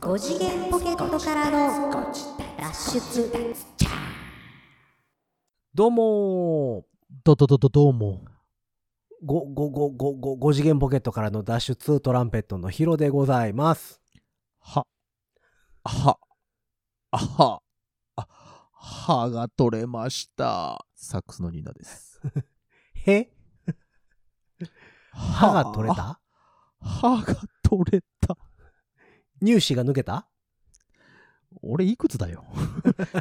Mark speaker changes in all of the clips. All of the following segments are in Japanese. Speaker 1: 5次元ポケットからの脱出
Speaker 2: どうも
Speaker 3: どどどどどうも。
Speaker 2: ーご、ご、ご、ご、ご、ご次元ポケットからの脱出トランペットのヒロでございます。
Speaker 3: は、は、あは、あ、歯が取れました。サックスのニーナです。
Speaker 2: へ歯が取れ
Speaker 3: は
Speaker 2: た
Speaker 3: 歯が取れた。
Speaker 2: 乳歯が抜けた
Speaker 3: 俺いくつだ よ。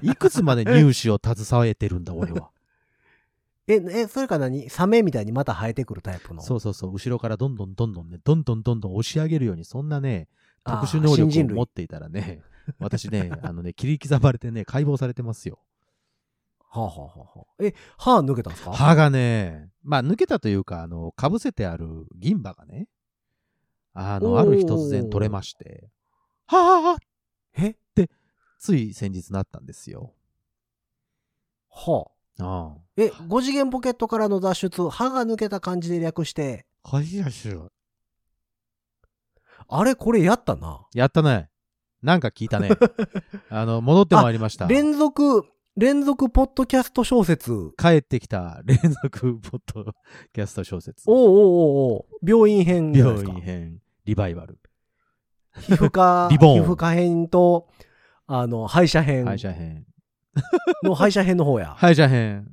Speaker 3: いくつまで入試を携えてるんだ、俺は。
Speaker 2: え、え、それか何サメみたいにまた生えてくるタイプの。。
Speaker 3: そううそうそう、後ろからどんどんどんどんね、どんどんどんどん押し上げるように、そんなね、特殊能
Speaker 2: 新
Speaker 3: 力
Speaker 2: 人
Speaker 3: を
Speaker 2: 類
Speaker 3: 持っていたらね、私ね、あのね、切り刻まれてね、解剖されてますよ。
Speaker 2: はあ、はあはあはあ、え、歯抜けたんですか
Speaker 3: 歯がね、まあ抜けたというか、あの、かぶせてある銀歯がね、あ
Speaker 2: お
Speaker 3: の、
Speaker 2: ー
Speaker 3: ある日突然取れまして、はぁはぁはぁ
Speaker 2: え
Speaker 3: つい先日なったんですよ。
Speaker 2: はあ。
Speaker 3: あ
Speaker 2: え、5次元ポケットからの脱出、歯が抜けた感じで略して、
Speaker 3: あ。かしやしろ。
Speaker 2: あれこれやったな。
Speaker 3: やったね。なんか聞い たね。あの、戻ってまいりました。
Speaker 2: 連続、連続ポッドキャスト小説。
Speaker 3: 帰ってきた連続ポッドキャスト小説。
Speaker 2: おうおうおうおう病院編じゃない
Speaker 3: 病
Speaker 2: ですか。
Speaker 3: 院編、リバイバル、
Speaker 2: 皮膚科、
Speaker 3: リボーン
Speaker 2: 皮膚科編と、あの、歯医者編
Speaker 3: 敗者編、
Speaker 2: の歯医者編の方 や。
Speaker 3: 敗者編。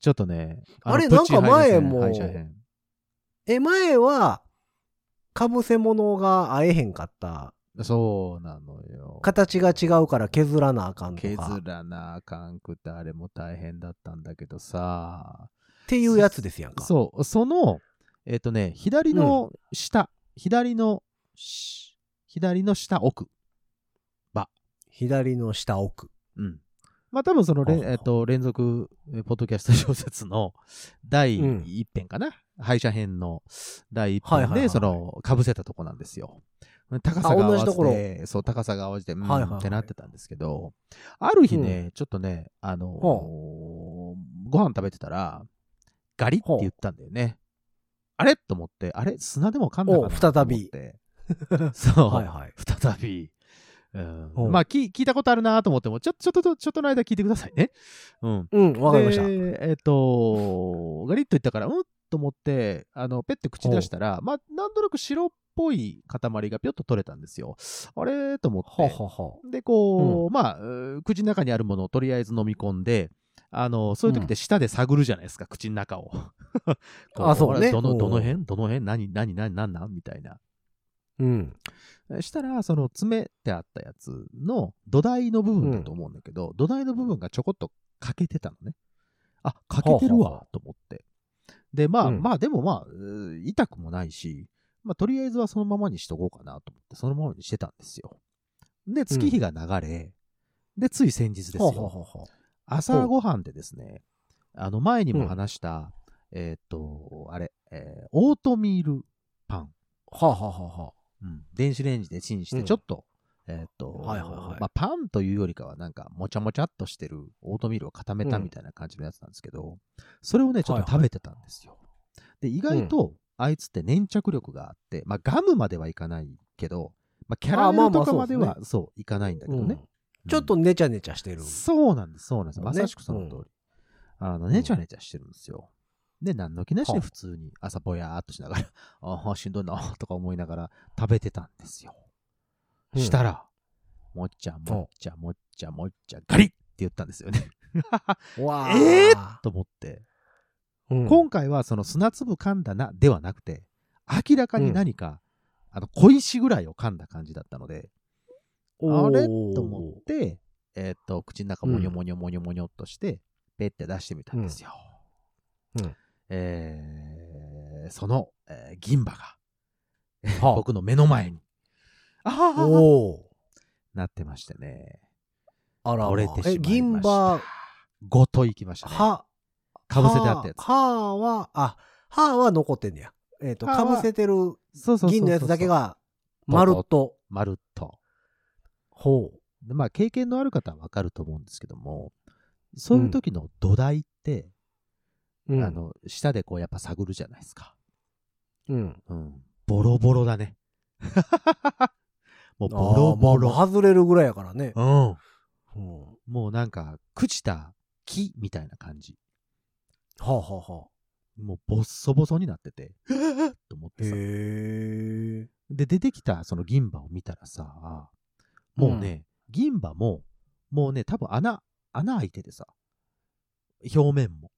Speaker 3: ちょっとね、の
Speaker 2: あれ
Speaker 3: プチ
Speaker 2: なんか前
Speaker 3: 敗者編
Speaker 2: も
Speaker 3: 敗者編
Speaker 2: え、前は、かぶせ物が会えへんかった。
Speaker 3: そうなのよ。
Speaker 2: 形が違うから削らなあかんと
Speaker 3: 削
Speaker 2: か。っ
Speaker 3: らなあかんくてあれも大変だったんだけどさ
Speaker 2: ていうやつですやんか。
Speaker 3: そうそのえっ、とね左の下、左のし左の下奥
Speaker 2: 左の下奥。
Speaker 3: うんまあ多分そのれん、
Speaker 2: ほうほう
Speaker 3: えっと連続えーポッドキャスト小説の第
Speaker 2: うん
Speaker 3: 一編かな、敗者編の第一
Speaker 2: はいはい
Speaker 3: 編
Speaker 2: はいは
Speaker 3: で
Speaker 2: い
Speaker 3: そのかぶせたとこなんですよ高さ
Speaker 2: あ
Speaker 3: が合
Speaker 2: 同
Speaker 3: わ
Speaker 2: じ
Speaker 3: せ
Speaker 2: ところ
Speaker 3: てそう高さが合わせてうん、
Speaker 2: はいはいはい
Speaker 3: ってなってたんですけどある日ね、ちょっとねあのーご飯食べてたらガリって言ったんだよねあれと思ってあれ砂でも噛んだかな
Speaker 2: お再び
Speaker 3: と思ってそう、
Speaker 2: はいはい。
Speaker 3: 再び。うん
Speaker 2: おう
Speaker 3: まあ聞、聞いたことあるなと思っても、ちょ、ちょっと、ちょっとの間聞いてくださいね。うん。
Speaker 2: うん、わかりました。
Speaker 3: でえっ、と、ガリッと言ったから、うんと思って、あの、ペッて口出したら、まあ、なんとなく白っぽい塊がぴょっと取れたんですよ。あれと思って。
Speaker 2: ははは
Speaker 3: で、こう、まあ、うー口の中にあるものをとりあえず飲み込んで、あの、そういう時って舌で探るじゃないですか、口の中を。こ
Speaker 2: あそうね
Speaker 3: れど
Speaker 2: う
Speaker 3: の、
Speaker 2: ん
Speaker 3: どの辺どの辺何、何、何、何なんみたいな。
Speaker 2: うん。
Speaker 3: えしたら、その爪ってあったやつの土台の部分だと思うんだけど、土台の部分がちょこっと欠けてたのね。あ、欠けてる
Speaker 2: ほうほうほ
Speaker 3: わ、と思って。で、まあ、
Speaker 2: うん
Speaker 3: まあ、でもまあ、うー痛くもないし、まあ、とりあえずはそのままにしとこうかなと思って、そのままにしてたんですよ。で、月日が流れ、で、つい先日です
Speaker 2: はは
Speaker 3: よ。
Speaker 2: はは。
Speaker 3: 朝ごはんでですね、あの、前にも話した、えーっと、あれ、えーオートミールパン。
Speaker 2: はははは。
Speaker 3: うん、電子レンジでチンし
Speaker 2: う
Speaker 3: て、
Speaker 2: ん
Speaker 3: ちょっと、えーっと、
Speaker 2: はいはいはい
Speaker 3: まあ、パンというよりかは、なんか、もちゃもちゃっとしてるオートミールを固めたみたいな感じのやつなんですけど、それをね、ちょっと食べてたんですよ。で、意外と、あいつって粘着力があって、まあ、ガムまではいかないけど、まあ、キャラメ
Speaker 2: あまあ
Speaker 3: ル
Speaker 2: まあ
Speaker 3: とかまで
Speaker 2: そう
Speaker 3: は、そう、いかないんだけど
Speaker 2: うん
Speaker 3: ね。
Speaker 2: ちょっとネチャネチャしてる。
Speaker 3: そうなんです、そうなんです。
Speaker 2: ね
Speaker 3: まさしくその通り。あの、ねちゃねちゃしてるんですよ。で、何の気なし
Speaker 2: は
Speaker 3: で
Speaker 2: あ
Speaker 3: 普通に朝ぼやーっとしながら、 ああ、しんどいな、とか思いながら食べてたんですよ。
Speaker 2: うん
Speaker 3: したら、もっちゃもっちゃもっちゃもっちゃガリッって言ったんですよね。
Speaker 2: わ
Speaker 3: え
Speaker 2: ー
Speaker 3: と思って。
Speaker 2: うん
Speaker 3: 今回はその砂粒噛んだな、ではなくて、明らかに何か、あの、小石ぐらいを噛んだ感じだったので、あれと思って、えーっと、口の中もにょもにょもにょもにょっとして、ペッて出してみたんですよ。
Speaker 2: うんうん
Speaker 3: えーその、えー銀歯が
Speaker 2: はあ
Speaker 3: 僕の目の前に、あ
Speaker 2: お
Speaker 3: ー
Speaker 2: お
Speaker 3: なってましてね。
Speaker 2: ー。あら
Speaker 3: 折れ
Speaker 2: ま
Speaker 3: てしまいました。
Speaker 2: え、銀歯、
Speaker 3: ごといきましたね。
Speaker 2: 歯、
Speaker 3: かぶせてあったやつ。
Speaker 2: 歯は、あ、歯は残ってんねや。えっ、と、
Speaker 3: 歯
Speaker 2: か
Speaker 3: は
Speaker 2: ぶせてる
Speaker 3: そうそうそうそう
Speaker 2: 銀のやつだけ。が、まるっと。
Speaker 3: まるっと。
Speaker 2: ほう。
Speaker 3: でまあ、経験のある方はわかると思うんですけども、そういう時の土台って、
Speaker 2: うん
Speaker 3: あ、の、舌でこうやっぱ探るじゃないですか。
Speaker 2: うん。
Speaker 3: うん。ボロボロだね。もう
Speaker 2: あ
Speaker 3: ボ
Speaker 2: ー
Speaker 3: ロボロ。
Speaker 2: まあ外れるぐらいやからね。
Speaker 3: うん。
Speaker 2: うんは
Speaker 3: もうなんか、朽ちた木みたいな感じ。
Speaker 2: あ、はあはあ、
Speaker 3: もうボッソボソになっ てて、と思ってさ。
Speaker 2: へえ。
Speaker 3: で、出てきたその銀歯を見たらさ、もうね、銀歯も、もうね、多分穴、穴開いててさ、表面も。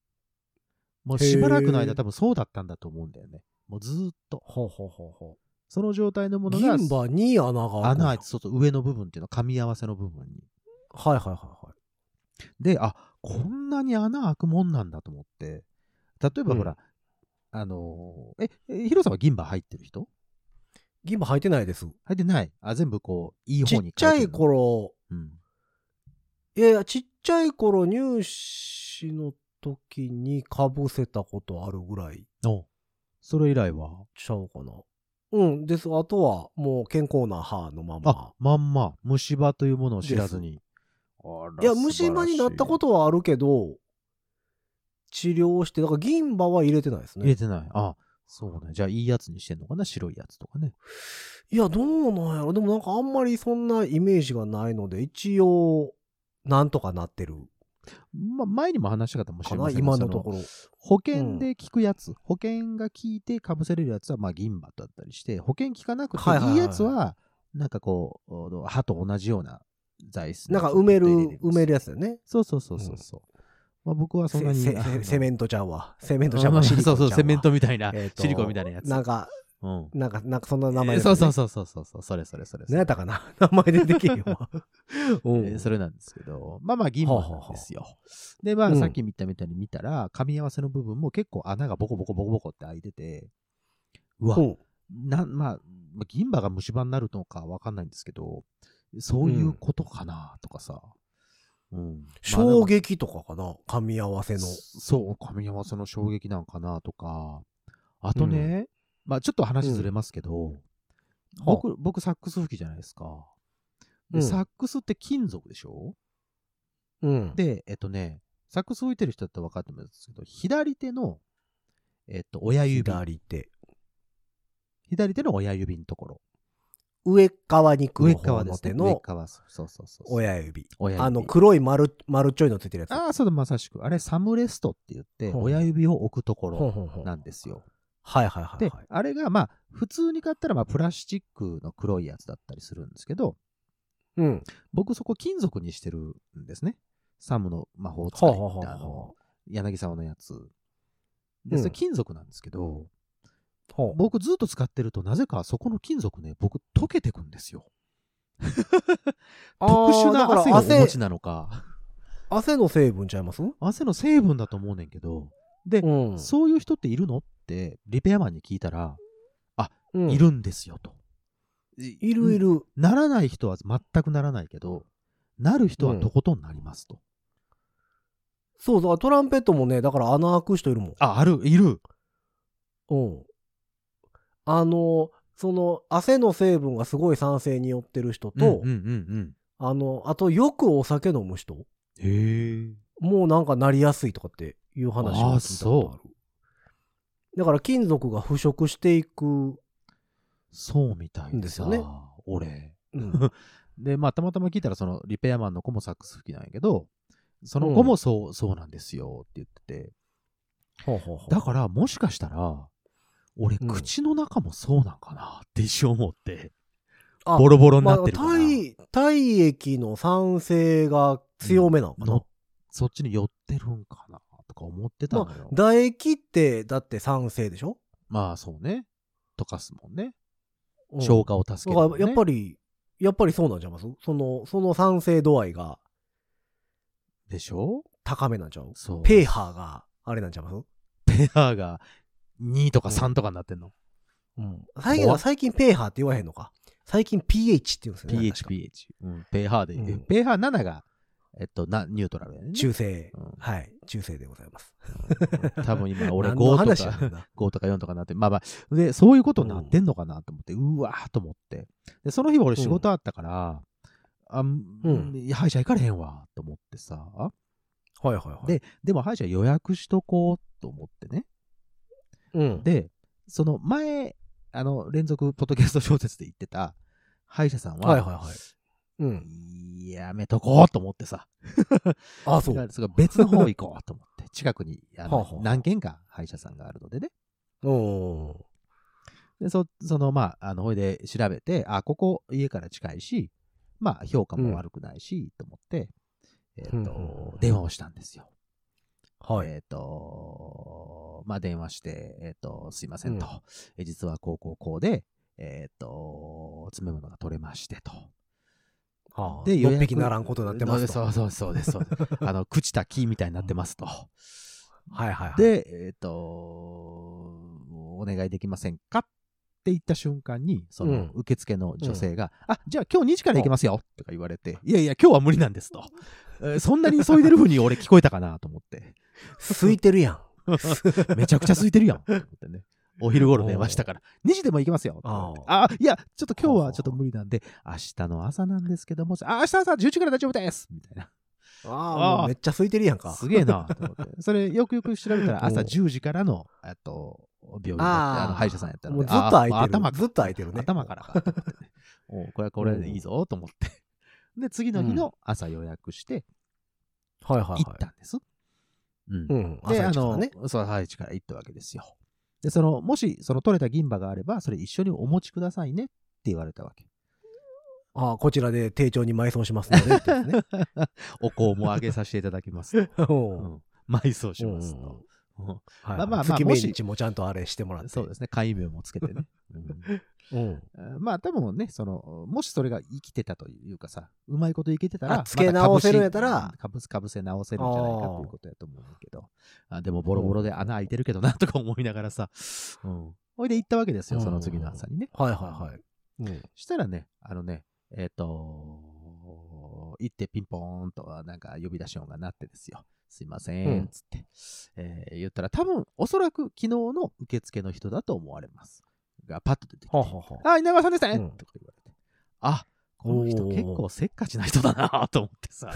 Speaker 3: もうしばらくの
Speaker 2: へ
Speaker 3: 間
Speaker 2: ー
Speaker 3: 多分そうだったんだと思うんだよね。もうずーっと。
Speaker 2: はあはあはあは
Speaker 3: その状態のも
Speaker 2: あ。
Speaker 3: のが、
Speaker 2: 銀歯に穴が
Speaker 3: 穴開い
Speaker 2: 開
Speaker 3: て、そうそう、上の部分っていうの、噛み合わせの部分に。
Speaker 2: はいはいはいはい。
Speaker 3: で、あ、こんなに穴開くもんなんだと思って。例えばほら、あのーえ、えヒロさんは銀歯入ってる人
Speaker 2: 銀歯履いてないです。
Speaker 3: 入ってないあ、全部こう、いい
Speaker 2: ち
Speaker 3: 方
Speaker 2: っ
Speaker 3: に
Speaker 2: ちゃ
Speaker 3: 変えて
Speaker 2: い
Speaker 3: るの。
Speaker 2: 頃、
Speaker 3: うん。
Speaker 2: いやいや、ちっちゃい頃入試の時にかぶせたことあるぐらい
Speaker 3: おそれ以来は
Speaker 2: ちゃうかな。うん、です。あとはもう健康な歯のま
Speaker 3: あ
Speaker 2: ま。、
Speaker 3: まんま、虫歯というものを知らずに。
Speaker 2: いや、虫歯になったこととはあるけど、治療して、だから銀歯は入れてないです
Speaker 3: 入れ
Speaker 2: ね。
Speaker 3: てない。あ、そうね。じゃあ、いいやつにしてんのかな白いやつとかね。
Speaker 2: いや、どうなんやろ。でもなんかあんまりそんなイメージがないので、一応、なんとかなってる
Speaker 3: まあ、前にも話したかもし
Speaker 2: か
Speaker 3: れ
Speaker 2: な、
Speaker 3: ませんが
Speaker 2: 今の
Speaker 3: そ
Speaker 2: ところ。
Speaker 3: 保険で効くやつ、保険が効いてかぶせれるやつは、まあ、銀歯だったりして、保険効かなくて、
Speaker 2: はいいはいはい
Speaker 3: いやつは、なんかこうお、歯と同じような材質
Speaker 2: な
Speaker 3: の
Speaker 2: んか埋める、
Speaker 3: 入れれ
Speaker 2: 埋め
Speaker 3: る
Speaker 2: る
Speaker 3: や
Speaker 2: やつだよね。
Speaker 3: つ。そうそうそうそうそう。まあ、僕はそんなに。
Speaker 2: せせ
Speaker 3: あの
Speaker 2: セメントちゃうわ。セメントちゃ
Speaker 3: あ
Speaker 2: う
Speaker 3: ま
Speaker 2: わ。
Speaker 3: あ
Speaker 2: シリコンちゃ
Speaker 3: そう
Speaker 2: うわ
Speaker 3: そう、セメントみたいな、
Speaker 2: えーと
Speaker 3: シリコンみたいなやつ。
Speaker 2: なんか、
Speaker 3: うん。
Speaker 2: なんか、なんかそんな名前
Speaker 3: えー
Speaker 2: だった
Speaker 3: そ
Speaker 2: よ
Speaker 3: う
Speaker 2: ね
Speaker 3: そうそうそうそうそう、それそれそれ。そ
Speaker 2: 何
Speaker 3: れ
Speaker 2: やったかな名前出てけへ んわ。う
Speaker 3: えー
Speaker 2: ん。
Speaker 3: それなんですけど、まあまあ銀歯なんですよ。で、ま
Speaker 2: う
Speaker 3: あ
Speaker 2: ん
Speaker 3: さっき見たみたいに見たら、噛み合わせの部分も結構穴がボコボコボコボコって開いてて、うわ、
Speaker 2: うん
Speaker 3: な、まあ、まあ銀歯が虫歯になるのかわかんないんですけど、そういうことかなとかさ。うん。
Speaker 2: 衝
Speaker 3: 撃
Speaker 2: 撃とかかな噛み合わせの。
Speaker 3: そう、噛み合わせの衝撃なんかなとか。あとね、まあちょっと話ずれますけど、僕、僕サックス吹きじゃないですか。で、
Speaker 2: うん
Speaker 3: サックスって金属でしょ
Speaker 2: うん。
Speaker 3: で、えっとね、サックス吹いてる人だったら分かってもらうんですけど、左手の、えっと、親指。左
Speaker 2: 左手。
Speaker 3: 手の親指のところ。
Speaker 2: 上側に来
Speaker 3: 上
Speaker 2: る
Speaker 3: 側
Speaker 2: 方
Speaker 3: で
Speaker 2: の
Speaker 3: すね。
Speaker 2: 手
Speaker 3: 上
Speaker 2: の
Speaker 3: 側、そうそうそうそう。
Speaker 2: 親指。
Speaker 3: 親指。
Speaker 2: あの、黒い丸、丸ちょいのついてるや
Speaker 3: ああ、そうだ、まさしく。あれ、サムレストって言って、
Speaker 2: ほう
Speaker 3: 親指を置くとこ
Speaker 2: つ。ほん
Speaker 3: ろ
Speaker 2: ほんほん。は
Speaker 3: ないんですよ。
Speaker 2: はいはい
Speaker 3: で
Speaker 2: はい、。
Speaker 3: あれが、まあ、普通に買ったら、まあ、プラスチックの黒いやつだったりするんですけど、
Speaker 2: うん。
Speaker 3: 僕そこ金属にしてるんですね。サムの魔法使い
Speaker 2: は
Speaker 3: っ
Speaker 2: あはあは
Speaker 3: て、
Speaker 2: あ
Speaker 3: あ
Speaker 2: は
Speaker 3: の、柳沢のやつ。で、
Speaker 2: うん
Speaker 3: それ金属なんですけど、
Speaker 2: あ。ほう
Speaker 3: 僕ずっと使ってると、なぜかそこの金属ね、僕溶けてく んですよ。特殊
Speaker 2: あーだ
Speaker 3: な
Speaker 2: から
Speaker 3: 汗をお持ちなのか、
Speaker 2: 汗の成分ちゃいます
Speaker 3: 汗の成分だと思うねんけど、で、
Speaker 2: うん
Speaker 3: そういう人っているのって、リペアマンに聞いたら、
Speaker 2: うん
Speaker 3: いるんですよと。
Speaker 2: いるい
Speaker 3: る。
Speaker 2: る。
Speaker 3: ならない人は全くならないけど、なる人はとことんなりますと。
Speaker 2: そうそう。トランペットもね、だから穴開く人いるもん。
Speaker 3: あ、ある、いる。
Speaker 2: うん。あの、その、汗の成分がすごい酸性によってる人と、
Speaker 3: うんうんうん
Speaker 2: あの、あと、よくお酒飲む人
Speaker 3: うん。へえ。
Speaker 2: もうなんかなりやすいとかっていう話を聞いたことある。
Speaker 3: あーそ
Speaker 2: だから金属が腐食していく。
Speaker 3: そうみたいで
Speaker 2: です
Speaker 3: さ
Speaker 2: よね
Speaker 3: 俺。
Speaker 2: うん、
Speaker 3: で、まあ、たまたま聞いたら、その、リペアマンの子もサックス吹きなんやけど、その子もそう、そうなんですよって言ってて。
Speaker 2: ほうほうほう
Speaker 3: だから、もしかしたら、俺、
Speaker 2: うん
Speaker 3: 口の中もそうなんかなって一瞬思って、
Speaker 2: あ
Speaker 3: ボロボロに
Speaker 2: ま
Speaker 3: な
Speaker 2: あ
Speaker 3: ってるから、
Speaker 2: 体、体液の酸性が強めなのかな、
Speaker 3: うんそっちに寄ってるんかなとか思ってたのよ。
Speaker 2: 唾液って、だって酸性でしょ、
Speaker 3: まあ、そうね。溶かすもんね。
Speaker 2: うん
Speaker 3: 消化を助け
Speaker 2: だか
Speaker 3: るもん
Speaker 2: ら
Speaker 3: ね、
Speaker 2: やっぱり、やっぱりそうなんちゃいますその、その酸性度合いが
Speaker 3: でしょ
Speaker 2: 高めなんちゃう
Speaker 3: そう。
Speaker 2: ペーハーが、あれなんちゃいます
Speaker 3: ペアが2とか3とかになってんの。
Speaker 2: うん。最近
Speaker 3: 怖
Speaker 2: は、
Speaker 3: っ
Speaker 2: 最近ペーハーって言わへんのか。最近 pH って言うんですよね。確
Speaker 3: pH、
Speaker 2: か
Speaker 3: pH。うん、ペーハーで、
Speaker 2: うん
Speaker 3: ペーハー7が、えっと、なニュートラルだよね。
Speaker 2: 中性
Speaker 3: う。ん
Speaker 2: はい。中性でございます。
Speaker 3: 多分今、俺
Speaker 2: 何の
Speaker 3: 5
Speaker 2: 話
Speaker 3: と
Speaker 2: やね
Speaker 3: か、
Speaker 2: んな。
Speaker 3: 5とか4とかなって、まあまあ、で、そういうことになってんのかなと思って、うわーと思って。で、その日俺仕事あったから、あん、
Speaker 2: うん
Speaker 3: 歯医者行かれへんわ、と思ってさ。
Speaker 2: はいはいはい。
Speaker 3: で、でも歯医者予約しとこうと思ってね。
Speaker 2: うん、
Speaker 3: で、その前、あの、連続ポッドキャスト小説で言ってた、歯医者さんは、
Speaker 2: はいはいはい。うん。
Speaker 3: いややめとこうと思ってさ。
Speaker 2: あ、そ
Speaker 3: だか
Speaker 2: う
Speaker 3: ら。そこ別の方行こうと思って、近くにあ
Speaker 2: はあは
Speaker 3: の
Speaker 2: あ
Speaker 3: 何軒か歯医者さんがあるのでね。
Speaker 2: うん。
Speaker 3: で、そその、まあ、あの、ほいで調べて、あ、ここ家から近いし、まあ、評価も悪くないし、と思って、えっ、と、
Speaker 2: うんうんうん
Speaker 3: 電話をしたんですよ。
Speaker 2: はい。
Speaker 3: えっ、と、まあ、電話して、えっ、と、すいませんと。
Speaker 2: う
Speaker 3: え実は、こう、こう、こうで、えっ、と、詰め物が取れましてと。
Speaker 2: はあ、
Speaker 3: で
Speaker 2: で、
Speaker 3: 予
Speaker 2: 6
Speaker 3: 約
Speaker 2: 匹ならんことになってますと。
Speaker 3: そうそうそうです。そうですあの、朽ちた木みたいになってますと。
Speaker 2: はいはいはい。、
Speaker 3: で、えっ、と、お願いできませんかって言った瞬間に、その
Speaker 2: うん
Speaker 3: 受付の女性が、あ、じゃあ今日2時から行けますよとか言われて、いやいや、今日は無理なんですと。えーそんなに急いでる風に俺聞こえたかなと思って、
Speaker 2: 空いてるやん。
Speaker 3: めちゃくちゃ空いてるやんと思ってね。お昼頃電話したから、2時でも行けますよって言われて。あ、いや、ちょっと今日はちょっと無理なんで、明日の朝なんですけども、あ、明日朝10時から大丈夫ですみたいな。
Speaker 2: ああ、
Speaker 3: あ
Speaker 2: も
Speaker 3: あ
Speaker 2: うめっちゃ空いてるやんか。
Speaker 3: すげえなと思って。 それ、よくよく調べたら、朝
Speaker 2: うん
Speaker 3: 10時からの、えっと、病院だって、あの歯医者さんやったの
Speaker 2: もう
Speaker 3: で。
Speaker 2: ずっと空い
Speaker 3: あ
Speaker 2: て
Speaker 3: あ
Speaker 2: る。
Speaker 3: 頭か
Speaker 2: ずっと空いてる ね。
Speaker 3: 頭からかと思ってね。おうこれはこれでいいぞと思って。で、次の日の朝予約して、
Speaker 2: はいはいはい。
Speaker 3: 行ったんです。うん
Speaker 2: うん。朝
Speaker 3: で、あ
Speaker 2: 一から
Speaker 3: の
Speaker 2: ね。、
Speaker 3: そう、歯医者から行ったわけですよ。で、その、もし、その取れた銀歯があれば、それ一緒にお持ちくださいねって言われたわけ。
Speaker 2: ああ、こちらで丁重に埋葬しますので ってやつ ね。
Speaker 3: お香もあげさせていただきます と。う
Speaker 2: うん
Speaker 3: ん埋葬します
Speaker 2: うん
Speaker 3: と。うん
Speaker 2: はい
Speaker 3: まあまあ
Speaker 2: 月
Speaker 3: も
Speaker 2: 命
Speaker 3: し
Speaker 2: 日もちゃんとあれしてもらって。
Speaker 3: そうですね。解明もつけ てね。
Speaker 2: うん。
Speaker 3: うんまあ、多分ね、その、もしそれが生きてたというかさ、うまいこと生きてたら、
Speaker 2: あ付け直せるんやったら
Speaker 3: まだかぶしかぶせ直せるんじゃないかということやと思うんだけど、あでもボロボロで穴開いてるけどな、とか思いながらさ、うん。ほいで行ったわけですよ、その次の朝にね。
Speaker 2: はいはいはい。うん。
Speaker 3: したらね、あのね、えっ、と、行ってピンポーンと、なんか呼び出し音が鳴ってですよ。すいませ、
Speaker 2: うんん
Speaker 3: つって、えー言ったら、多分、おそらく昨日の受付の人だと思われます。が、パッと出てきて、
Speaker 2: はあはあはあ
Speaker 3: あ、稲川さんですね、
Speaker 2: うん
Speaker 3: とか言われて。あ、この人
Speaker 2: おー
Speaker 3: 結構せっかちな人だなと思ってさ。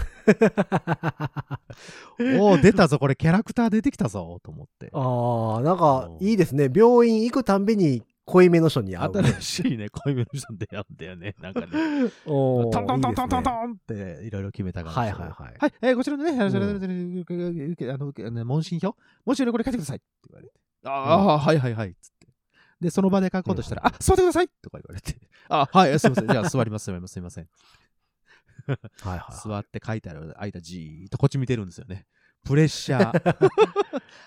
Speaker 3: おお、出たぞ、これキャラクター出てきたぞ、と思って。
Speaker 2: ああ、なんかいいですね。病院行くたんびに濃いめの人に会う。
Speaker 3: 新しいね、恋人の人に出会うんだよね。なんかね、
Speaker 2: お
Speaker 3: トントントントントント
Speaker 2: ン。
Speaker 3: ンっていろいろ決めたから。
Speaker 2: はいはいはい。
Speaker 3: はい、えーこちらのね、あの
Speaker 2: うん
Speaker 3: あのあの問診票、問診票これ書いてくださいって言われて、ああ、はいはいはいっつって。で、その場で書こうとしたら、あ座ってくださいとか言われて、あはい、すいま せん、じゃあ座ります、座ります、すいません。
Speaker 2: はいはい。
Speaker 3: 座って書いてある間、じーっとこっち見てるんですよね。プレッシャー。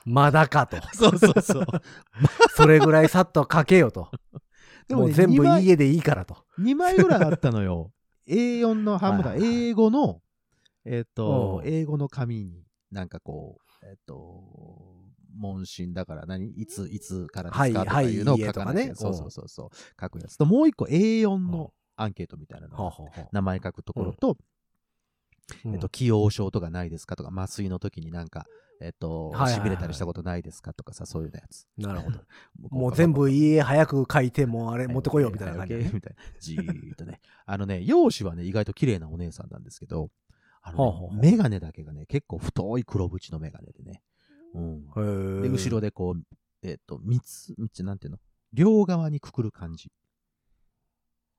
Speaker 2: まだかと。
Speaker 3: そうそう そう。
Speaker 2: それぐらいさっとかけよと。
Speaker 3: で
Speaker 2: も
Speaker 3: も、
Speaker 2: う
Speaker 3: ね、
Speaker 2: 全
Speaker 3: 全
Speaker 2: 部い
Speaker 3: 部
Speaker 2: い
Speaker 3: 枚
Speaker 2: えでいいからと。
Speaker 3: 2枚ぐらいあったの よ。A4 の半分だ、
Speaker 2: はいはいはい
Speaker 3: 英語の、えっ、と、
Speaker 2: うん
Speaker 3: 英語の紙に、なんかこう、えっ、と、問診だから何いつ、いつからですかとかいうのを
Speaker 2: はいはい
Speaker 3: 書かなきゃ
Speaker 2: いいえと
Speaker 3: そ
Speaker 2: かね
Speaker 3: うそうそうそう。書くやつと、もう一個 A4 のアンケートみたいなのが、名前書くところと、えっと、既往症とかないですかとか、麻酔の時になんか、えっと、
Speaker 2: はいはいはい
Speaker 3: 痺れたりしたことないですかとかさ、そういうやつ。
Speaker 2: なるほど。
Speaker 3: も
Speaker 2: もう全部いいえ早く書いて、もうあれ持ってこいよみたいな感じ
Speaker 3: は
Speaker 2: で
Speaker 3: は。はみたいな。 じーっとね。あのね、容姿はね、意外と綺麗なお姉さんなんですけど、あ
Speaker 2: はあは
Speaker 3: の
Speaker 2: あは
Speaker 3: ね、メガネだけがね、結構太い黒縁のメガネでね。うん。
Speaker 2: へー
Speaker 3: で、後ろでこう、えっと、三つ、三つ、なんていうの両側にくくる感じ。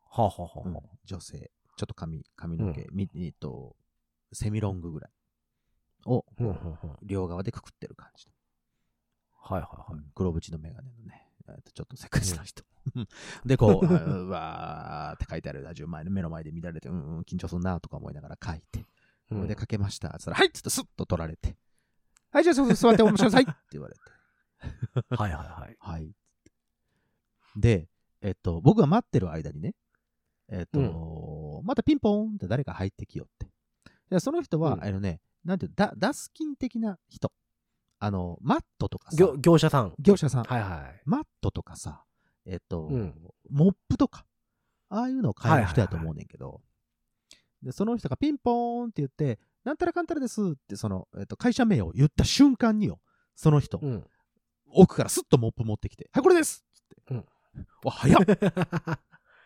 Speaker 2: はあはあはあ
Speaker 3: うん女性。ちょっと髪、髪の毛、
Speaker 2: う
Speaker 3: みえっと、セミロングぐらい。を、
Speaker 2: うんうんうん
Speaker 3: 両側でくくってる感じ。
Speaker 2: はいはいはい。
Speaker 3: 黒縁のメガネのね、えーとちょっとせっかちな人。で、こう、あ ーうわーって書いてあるラジオ前の目の前で見られて、うんうん、緊張するなとか思いながら書いて、これで書けました。つったら、はいっつってスッと取られて、はい、じゃあそう座ってお待ちくださいって言 われて、
Speaker 2: はいはいはい。
Speaker 3: はい。で、えっと、僕が待ってる間にね、えっと、またピンポーンって誰か入ってきよって。でその人は、
Speaker 2: うん
Speaker 3: あのね、なんていうだ、ダスキン的な人。あの、マットとかさ、
Speaker 2: 業業者さん。
Speaker 3: 業者さん、
Speaker 2: はいはい。
Speaker 3: マットとかさ、えっと、
Speaker 2: うん
Speaker 3: モップとか、ああいうのを買える人やと思うねんけど、で、その人がピンポーンって言って、なんたらかんたらですって、その、えっと、会社名を言った瞬間によ、その人、
Speaker 2: うん。
Speaker 3: 奥からスッとモップ持ってきて、はい、これですって。
Speaker 2: うん
Speaker 3: わ、早っ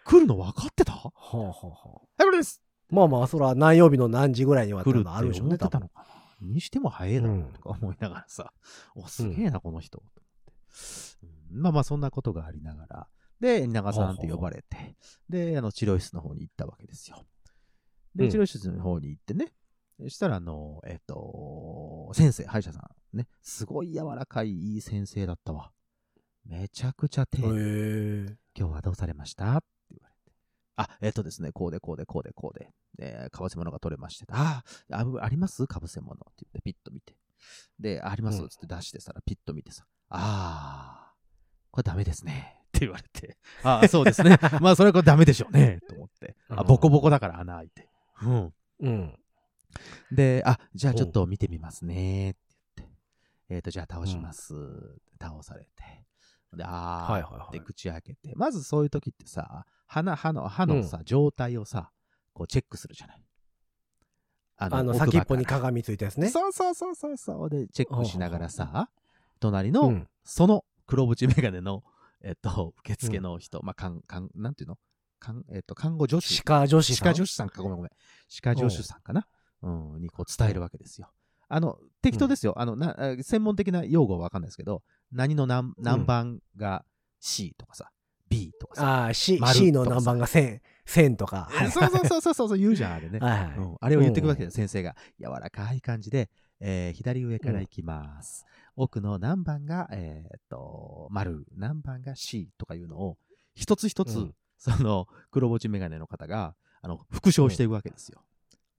Speaker 3: 来るの分かってたは、
Speaker 2: はあはあはい
Speaker 3: これです
Speaker 2: あ。まあまあ、それは何曜日の何時ぐらいには
Speaker 3: 来るって
Speaker 2: あるでしょう
Speaker 3: 思っ
Speaker 2: ね、
Speaker 3: て
Speaker 2: 多
Speaker 3: た
Speaker 2: 分
Speaker 3: の。かなにしても早いな、
Speaker 2: うん
Speaker 3: とか思いなが らさ、お、すげえな、この人。うんまあまあ、そんなことがありながら、で、長さんって呼ばれて、で、あの、治療室の方に行ったわけですよ。
Speaker 2: う
Speaker 3: で、
Speaker 2: ん
Speaker 3: 治療室の方に行ってね、そしたら、あの、えっと、先生、歯医者さん、ね、すごい柔らかい、いい先生だったわ。めちゃくちゃ丁
Speaker 2: へえ
Speaker 3: 寧。今日はどうされましたって言われて。あ、えっ、とですね、こうでこうでこうでこうで、えー、かぶせ物が取れまして、あーあ、ぶありますかぶせ物って言って、ピッと見て。で、ああります
Speaker 2: うん
Speaker 3: つって出してさ、ピッと見てさ、ああ、これダメですね。って言われて、ああ、そうですね。まあ、それはこれダメでしょうね。と思って。あ、
Speaker 2: うん
Speaker 3: ボコボコだから穴開いて。うん。
Speaker 2: うん。
Speaker 3: で、あ、じゃあちょっと見てみますね、って言って。えっ、と、じゃあ倒します。倒されて。で、あー、
Speaker 2: はいはいはい
Speaker 3: で、口開けて。まずそういう時ってさ、歯の、歯の、歯
Speaker 2: う
Speaker 3: の
Speaker 2: ん
Speaker 3: さ、状態をさ、こうチェックするじゃない。あ
Speaker 2: あの、
Speaker 3: 奥歯
Speaker 2: 先っぽに
Speaker 3: から
Speaker 2: 鏡ついたやつね。
Speaker 3: そうそうそうそうそう。で、チェックしながら
Speaker 2: ほ
Speaker 3: さ、隣
Speaker 2: う
Speaker 3: の、
Speaker 2: ん。
Speaker 3: その黒縁メガネの、えっ、と、受付の人、まあ、かん、かん、なんていうのかん、えっ、と、看護助手
Speaker 2: 歯科女子
Speaker 3: 歯
Speaker 2: さん。
Speaker 3: 科助手さんか、ごめんごめん。歯科助手さんかな、うん、にこう伝えるわけですよ。あの、適当ですよ。あのな、あ専門的な用語はわかんないですけど、何の何何番が C とかさ、B とかさ。
Speaker 2: ああ、C,
Speaker 3: 丸
Speaker 2: C の何番が1000、1000とか。
Speaker 3: えそうそうそうそうそうそう言うじゃん、あれね。
Speaker 2: はいはい。
Speaker 3: うん、あれを言っていくわけで、先生が柔らかい感じで、えー左上から行きます。奥の何番が、えーっと、丸、何番が C とかいうのを、一つ一つ、
Speaker 2: うん
Speaker 3: その、黒ぼちメガネの方が、あの、復唱していくわけですよ。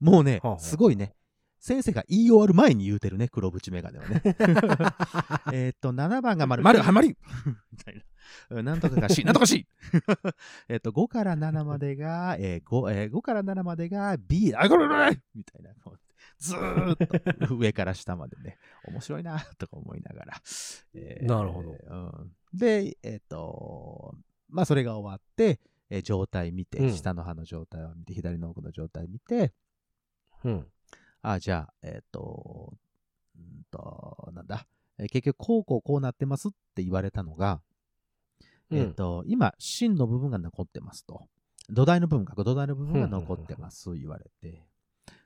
Speaker 3: もう
Speaker 2: は
Speaker 3: ね
Speaker 2: あは、あ
Speaker 3: すごいね。先生が言い終わる前に言うてるね、黒縁メガネは ね。えーっと、7番が丸、丸、はまり みたいな。うんなんとかが C、なんとか C! えっと、5から7までが、えー 5, えー5から7までが B、あ、これこれみたいな。こうずーっと上から下までね、面白いな、とか思いながら。えー
Speaker 2: なるほど
Speaker 3: うんで、えっ、と、まあ、それが終わって、えー状態見て、
Speaker 2: うん
Speaker 3: 下の歯の状態を見て、左の奥の状態見て、
Speaker 2: うん。
Speaker 3: あ、じゃあ、えっ、と、うんと、なんだ、えー結局、こうこうこうなってますって言われたのが、
Speaker 2: うん
Speaker 3: えっ、と、今、芯の部分が残ってますと。土台の部分か、土台の部分が残ってます、言われて。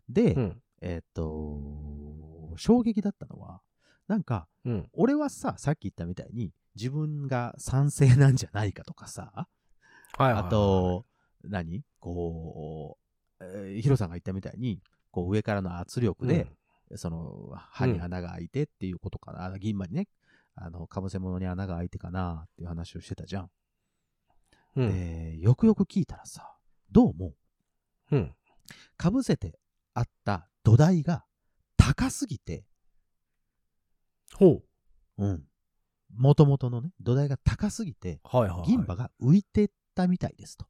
Speaker 3: で、
Speaker 2: うん。
Speaker 3: えっ、と、衝撃だったのは、なんか、
Speaker 2: うん。
Speaker 3: 俺はさ、さっき言ったみたいに、自分が賛成なんじゃないかとかさ、
Speaker 2: はいはいはい
Speaker 3: あ、と、何こう、えーヒロさんが言ったみたいに、こう上からの圧力で、その歯
Speaker 2: うん
Speaker 3: に穴が開いてっていうことかな、あの銀歯にね、あのかぶせ物に穴が開いてかなっていう話をしてたじゃん。
Speaker 2: うん、うん。
Speaker 3: で、よくよく聞いたらさ、どうも
Speaker 2: うん。
Speaker 3: かぶせてあった土台が高すぎて、
Speaker 2: ほ
Speaker 3: うん、元々のね、土台が高すぎて、
Speaker 2: う。はいはいはい。
Speaker 3: 銀歯が浮いてったみたいですと。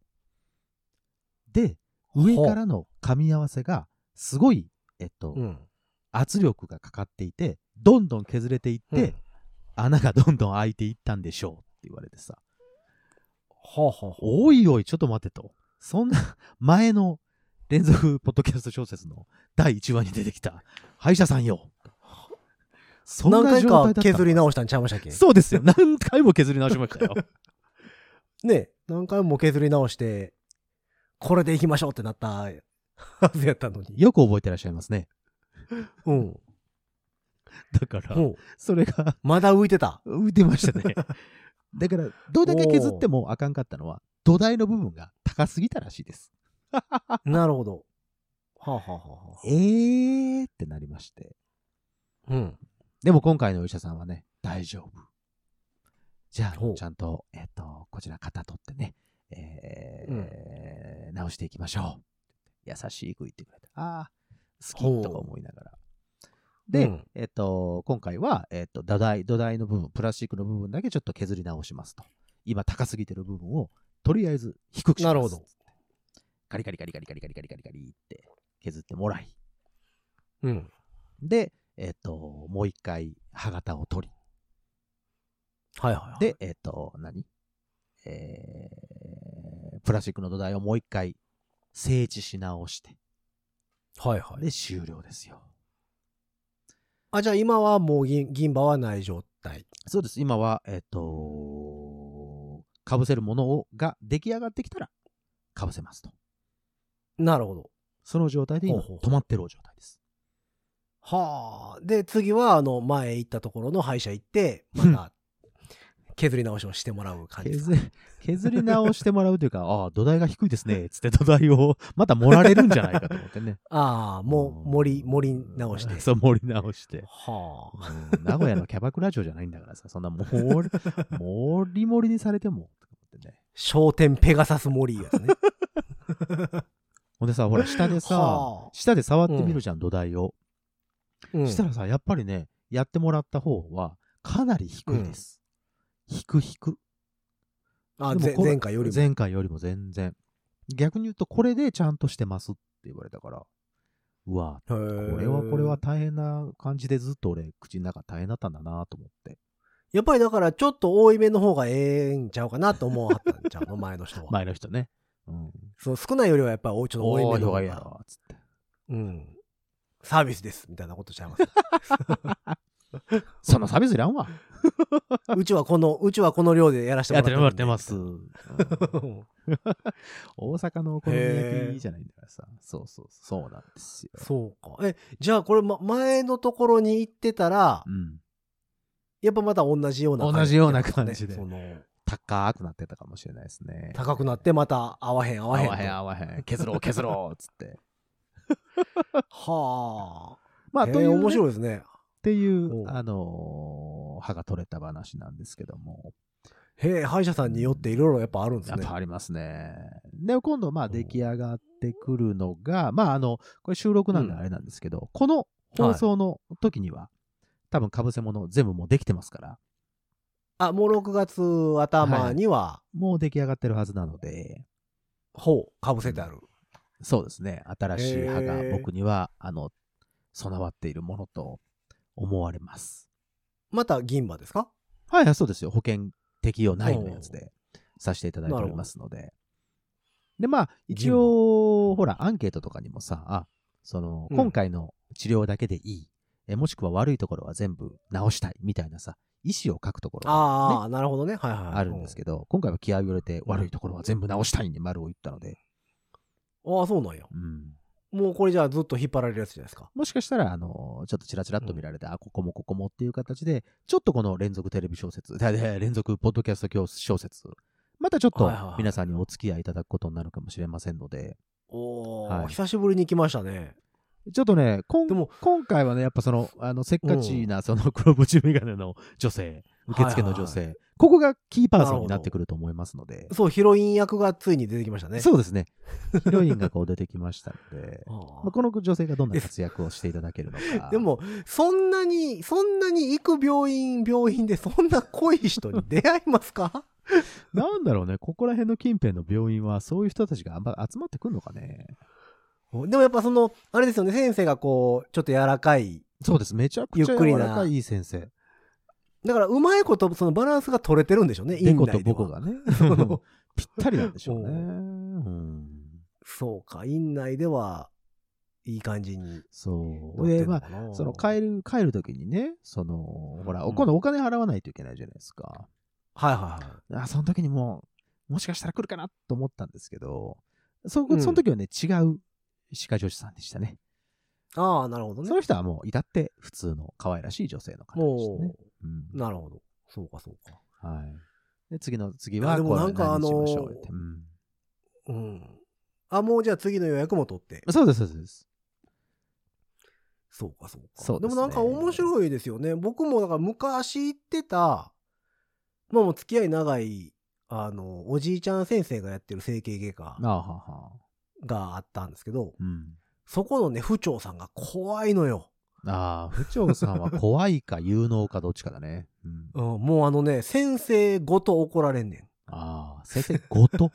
Speaker 3: で、上からの噛み合わせが、すごい、えっと、
Speaker 2: うん。
Speaker 3: 圧力がかかっていて、どんどん削れていって、
Speaker 2: うん、
Speaker 3: 穴がどんどん開いていったんでしょうって言われてさ、
Speaker 2: ほうほうほう。
Speaker 3: おいおい、ちょっと待てと。そんな 前の連続ポッドキャスト小説の第1話に出てきた歯医者さんよ。そん
Speaker 2: 何
Speaker 3: な
Speaker 2: 回
Speaker 3: 状態だっ
Speaker 2: か
Speaker 3: たの
Speaker 2: 削り直したんちゃいましたっけ
Speaker 3: そうですよ。何回も削り直しまし たよ。
Speaker 2: ね何回も削り直して、これでいきましょうってなったはずやったのに。
Speaker 3: よく覚えてらっしゃいますね。
Speaker 2: うん。
Speaker 3: だから、
Speaker 2: ほう。
Speaker 3: それが
Speaker 2: まだ浮いてた。
Speaker 3: 浮いてましたね。だから、どれだけ削ってもあかんかったのは、土台の部分が高すぎたらしいです。
Speaker 2: なるほど。はあ、はあはあは
Speaker 3: えーってなりまして。
Speaker 2: あ、うん。
Speaker 3: でも今回のお医者さんはね、大丈夫。じゃ
Speaker 2: ほ
Speaker 3: あ、
Speaker 2: う
Speaker 3: ちゃんと、えっ、と、こちら肩取ってね、えー直していきましょう。優しく言ってくれた。ああ、好
Speaker 2: ほう
Speaker 3: きとか思いながら。で、
Speaker 2: うん
Speaker 3: えっ、と、今回は、えっ、と、土台、土台の部分、プラスチックの部分だけちょっと削り直しますと。今高すぎてる部分を、とりあえず低くしま
Speaker 2: な
Speaker 3: す。
Speaker 2: るほど。
Speaker 3: カリカリカリカリカリカリカリカリカリって削ってもらい。
Speaker 2: うん。
Speaker 3: で、えっ、と、もう一回歯型を取り。
Speaker 2: はいはいはい。
Speaker 3: で、、えっ、と、何えー、プラスチックの土台をもう一回整地し直して、
Speaker 2: はいはい。
Speaker 3: で、終了ですよ。
Speaker 2: あ、じゃあ今はもう銀銀歯はない状態。
Speaker 3: そうです。今は、えっ、と、かぶせるものをが出来上がってきたら、かぶせますと。
Speaker 2: なるほど。
Speaker 3: その状態で今、
Speaker 2: ほうほう
Speaker 3: 止まってるお状態です。
Speaker 2: はあ。で、次は、あの、前行ったところの歯医者行って、また、削り直しをしてもらう感じです
Speaker 3: 削
Speaker 2: か。
Speaker 3: り削り直してもらうというか、ああ、土台が低いですね、つって土台をまた盛られるんじゃないかと思ってね。
Speaker 2: ああ、 もう、盛り、盛り直して。
Speaker 3: そう、盛り直して。
Speaker 2: はあ。
Speaker 3: うん名古屋のキャバクラ嬢じゃないんだからさ、そんな盛り、盛り盛りにされても、と思ってね。
Speaker 2: 商店ペガサス盛りやつ ね。
Speaker 3: ほんでさ、ほら、下でさ、
Speaker 2: はあ
Speaker 3: 下で触ってみるじゃん、土台を。
Speaker 2: うん
Speaker 3: したらさ、やっぱりね、やってもらった方は、かなり低いです。低く低く。
Speaker 2: あ
Speaker 3: でも
Speaker 2: ぜ
Speaker 3: これ
Speaker 2: 前回よりも。
Speaker 3: 前回よりも全然。逆に言うと、これでちゃんとしてますって言われたから、うわ、
Speaker 2: こ
Speaker 3: これはこれは大変な感じでずっと俺、口の中大変だったんだなと思って。
Speaker 2: やっぱりだからちょっと多いめの方がええんちゃうかなと思わはったんちゃうの前の人は、
Speaker 3: 前の人ね。うん。
Speaker 2: そう少ないよりはやっぱり多いちょっと多いめの方
Speaker 3: お
Speaker 2: が
Speaker 3: ーいやろ、つって。
Speaker 2: うん、サービスですみたいなことちゃい ます
Speaker 3: そんなサービスいらんわ。
Speaker 2: うちはこのうちはこの量でやらせてもらってるんで
Speaker 3: うん
Speaker 2: うん
Speaker 3: 大阪のお好み焼きじゃないんだからさ。そうそう、そうなんですよ。
Speaker 2: そうかえじゃあこれ、ま、前のところに行ってたら
Speaker 3: うん。
Speaker 2: やっぱまた同じような
Speaker 3: 同じような感じで
Speaker 2: その
Speaker 3: 高くなってたかもしれないですね。
Speaker 2: 高くなってまた合わへん合
Speaker 3: 合わ
Speaker 2: わへんと
Speaker 3: へん合わへん削ろう削ろうっつ って。
Speaker 2: は
Speaker 3: ま
Speaker 2: あ、
Speaker 3: あ、とい
Speaker 2: へえ
Speaker 3: うね、
Speaker 2: 面
Speaker 3: っ
Speaker 2: 白いですね
Speaker 3: てい
Speaker 2: おう
Speaker 3: う、あのー歯が取れた話なんですけども、
Speaker 2: へえ歯医者さんによっていろいろやっぱあるんです
Speaker 3: やっ
Speaker 2: ね
Speaker 3: ぱありますね。で、今度、まあ、出来上がってくるのが、まあ、あの、これ収録なんで
Speaker 2: うん
Speaker 3: あれなんですけど、この放送の時には、多分、かぶせ物全部もうできてますから、
Speaker 2: あもう6月頭には、
Speaker 3: もう出来上がってるはずなので、
Speaker 2: ほうかぶせてある
Speaker 3: そうですね、新しい歯が
Speaker 2: へー
Speaker 3: 僕には、あの、備わっているものと思われます。
Speaker 2: また銀歯ですか
Speaker 3: はいはい、そうですよ。保険適用ないのやつでさせていただいておりますので。で、まあ、一応、ほら、アンケートとかにもさ、あ、その、
Speaker 2: うん
Speaker 3: 今回の治療だけでいい、え、もしくは悪いところは全部直したい、みたいなさ、意思を書くところが
Speaker 2: ああ、なるほどね。はいはいはい。
Speaker 3: あるんですけど、今回は気合を入れて、悪いところは全部直したいに丸を言ったので、
Speaker 2: ど。ああ、そうなんや。
Speaker 3: うん。
Speaker 2: もうこれじゃあずっと引っ張られるやつじゃないですか。
Speaker 3: もしかしたら、あの、ちょっとチラチラっと見られて、あ、ここもここもっていう形で、ちょっとこの連続テレビ小説、だだ連続ポッドキャスト教小説、またちょっと
Speaker 2: はいはいはい
Speaker 3: 皆さんにお付き合いいただくことになるかもしれませんので、
Speaker 2: おお、
Speaker 3: はい
Speaker 2: 久しぶりに来ましたね。
Speaker 3: ちょっとね、こん
Speaker 2: でも
Speaker 3: 今回はね、やっぱその、あの、せっかちな、その黒縁メガネの女性、受付の女性、
Speaker 2: は
Speaker 3: ここがキーパー
Speaker 2: なる
Speaker 3: ソ
Speaker 2: ほ
Speaker 3: ン
Speaker 2: ど
Speaker 3: になってくると思いますので、
Speaker 2: そう、ヒロイン役がついに出てきましたね。
Speaker 3: そうですね、 ヒロインがこう出てきましたので、
Speaker 2: あ
Speaker 3: まあ、この女性がどんな活躍をしていただけるの
Speaker 2: あ
Speaker 3: か。
Speaker 2: でも、そんなに、そんなに行く病院、病院でそんな濃い人に出会いますか
Speaker 3: なんだろうね、ここら辺の近辺の病院は、そういう人たちがあんま集まってくるのかね。
Speaker 2: でもやっぱその、あれですよね、先生がこう、ちょっと柔らかい。
Speaker 3: そうです、めちゃくちゃ
Speaker 2: ゆっくり
Speaker 3: 柔
Speaker 2: な
Speaker 3: らかいいい先生。
Speaker 2: だから、うまいこと、そのバランスが取れてるんでしょうね、
Speaker 3: でこ
Speaker 2: 院
Speaker 3: と
Speaker 2: 内で
Speaker 3: ボ
Speaker 2: は
Speaker 3: コ がね、
Speaker 2: その
Speaker 3: ぴったりなんでしょうね。
Speaker 2: お
Speaker 3: う。
Speaker 2: うん そうか、院内では、いい感じに。
Speaker 3: そう。で、まあ、
Speaker 2: あ
Speaker 3: その帰る、帰る時にね、その、ほら、
Speaker 2: うん
Speaker 3: 今度お金払わないといけないじゃないですか。
Speaker 2: はいはいはい。
Speaker 3: あその時にもう、もしかしたら来るかなと思ったんですけど、そ、
Speaker 2: うん
Speaker 3: その時はね、違う歯科助手さんでしたね。
Speaker 2: ああ、なるほど
Speaker 3: そ
Speaker 2: ね。
Speaker 3: の人はもう、至って普通の可愛らしい女性の方でしたね
Speaker 2: も。
Speaker 3: うん
Speaker 2: う、なるほど。そうか、そうか。
Speaker 3: はい。で、次の次
Speaker 2: いや
Speaker 3: は、
Speaker 2: でも
Speaker 3: これ
Speaker 2: なんか
Speaker 3: 何にしましょ
Speaker 2: あ
Speaker 3: う
Speaker 2: の
Speaker 3: ってうん
Speaker 2: うん。あ、もうじゃあ次の予約も取って。
Speaker 3: そうです、そうです。
Speaker 2: そうか、そうか。
Speaker 3: そう
Speaker 2: で
Speaker 3: です
Speaker 2: も
Speaker 3: ね
Speaker 2: なんか面白いですよね。僕もだから昔行ってた、まあもう付き合い長い、あの、おじいちゃん先生がやってる整形外科
Speaker 3: ああはあはあ。
Speaker 2: があったんですけど、
Speaker 3: うん。
Speaker 2: そこのね、府長さんが怖いのよ。
Speaker 3: ああ、府長さんは怖いか有能かどっちかだね。うん。
Speaker 2: うん、もうあのね、先生ごと怒られんねん。
Speaker 3: ああ、先生ごと。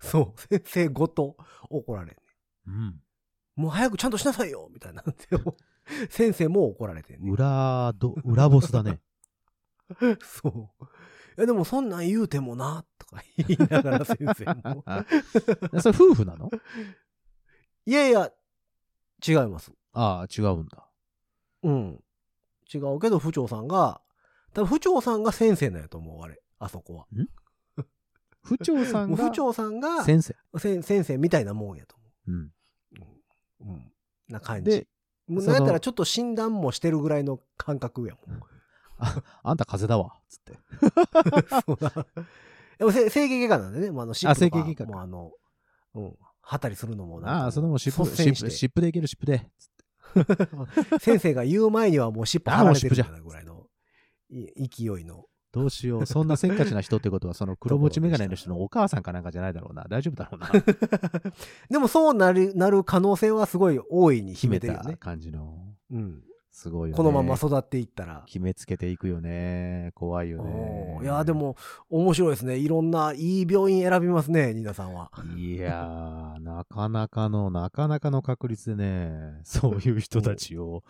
Speaker 2: そう、先生ごと怒られんねん。
Speaker 3: うん。
Speaker 2: もう早くちゃんとしなさいよみたいなんで、先生も怒られてんねん
Speaker 3: 裏ど、裏ボスだ ね。
Speaker 2: そう。いやでもそんなん言うてもな、とか言いながら先生
Speaker 3: 。
Speaker 2: も
Speaker 3: あそれ夫婦なの
Speaker 2: いやいや、違います。
Speaker 3: ああ、違うんだ。
Speaker 2: うん。違うけど、府長さんが、多分府長さんが先生なんやと思う、あれ。あそこ
Speaker 3: 府長さ
Speaker 2: は。
Speaker 3: ん
Speaker 2: もう
Speaker 3: が
Speaker 2: 府長さんが
Speaker 3: 先生。
Speaker 2: せん先生みたいなもんやと
Speaker 3: うん。
Speaker 2: 思う。うん。な感じ
Speaker 3: で。、
Speaker 2: もう
Speaker 3: そ
Speaker 2: な
Speaker 3: の
Speaker 2: んやっ たらちょっと診断もしてるぐらいの感覚やもん。
Speaker 3: ああんた風邪だわ、つって。
Speaker 2: そうだでもせ整形外科なんでね、もうあの、シッ
Speaker 3: あ
Speaker 2: プと
Speaker 3: 整
Speaker 2: か
Speaker 3: 形外科か
Speaker 2: もうあの、うん、はったりするのもなんか
Speaker 3: ああ、そのもう湿布、
Speaker 2: 率先
Speaker 3: 湿
Speaker 2: して
Speaker 3: 布湿布でいける湿布で。
Speaker 2: 先生が言う前にはもう尻尾
Speaker 3: ああ
Speaker 2: 張られてる
Speaker 3: もう尻尾じ
Speaker 2: みた
Speaker 3: ゃ
Speaker 2: いなぐらいのい勢いの。
Speaker 3: どうしよう。そんなせっかちな人ってことは、その黒ぼちメガネの人のお母さんかなんかじゃないだろうな。大丈夫だろうな。
Speaker 2: でもそうなるなる可能性はすごい大いに 秘
Speaker 3: 秘め
Speaker 2: めてるよ
Speaker 3: た
Speaker 2: ね。
Speaker 3: 感じの。
Speaker 2: うん、
Speaker 3: すごいよね。
Speaker 2: このまま育っていったら。
Speaker 3: 決めつけていくよね。怖いよね
Speaker 2: お。ーいやで。も面白いですね。いろんないい病院選びますね、ニーナさんは。
Speaker 3: いやー、なかなかの、なかなかの確率でね、そういう人たちを、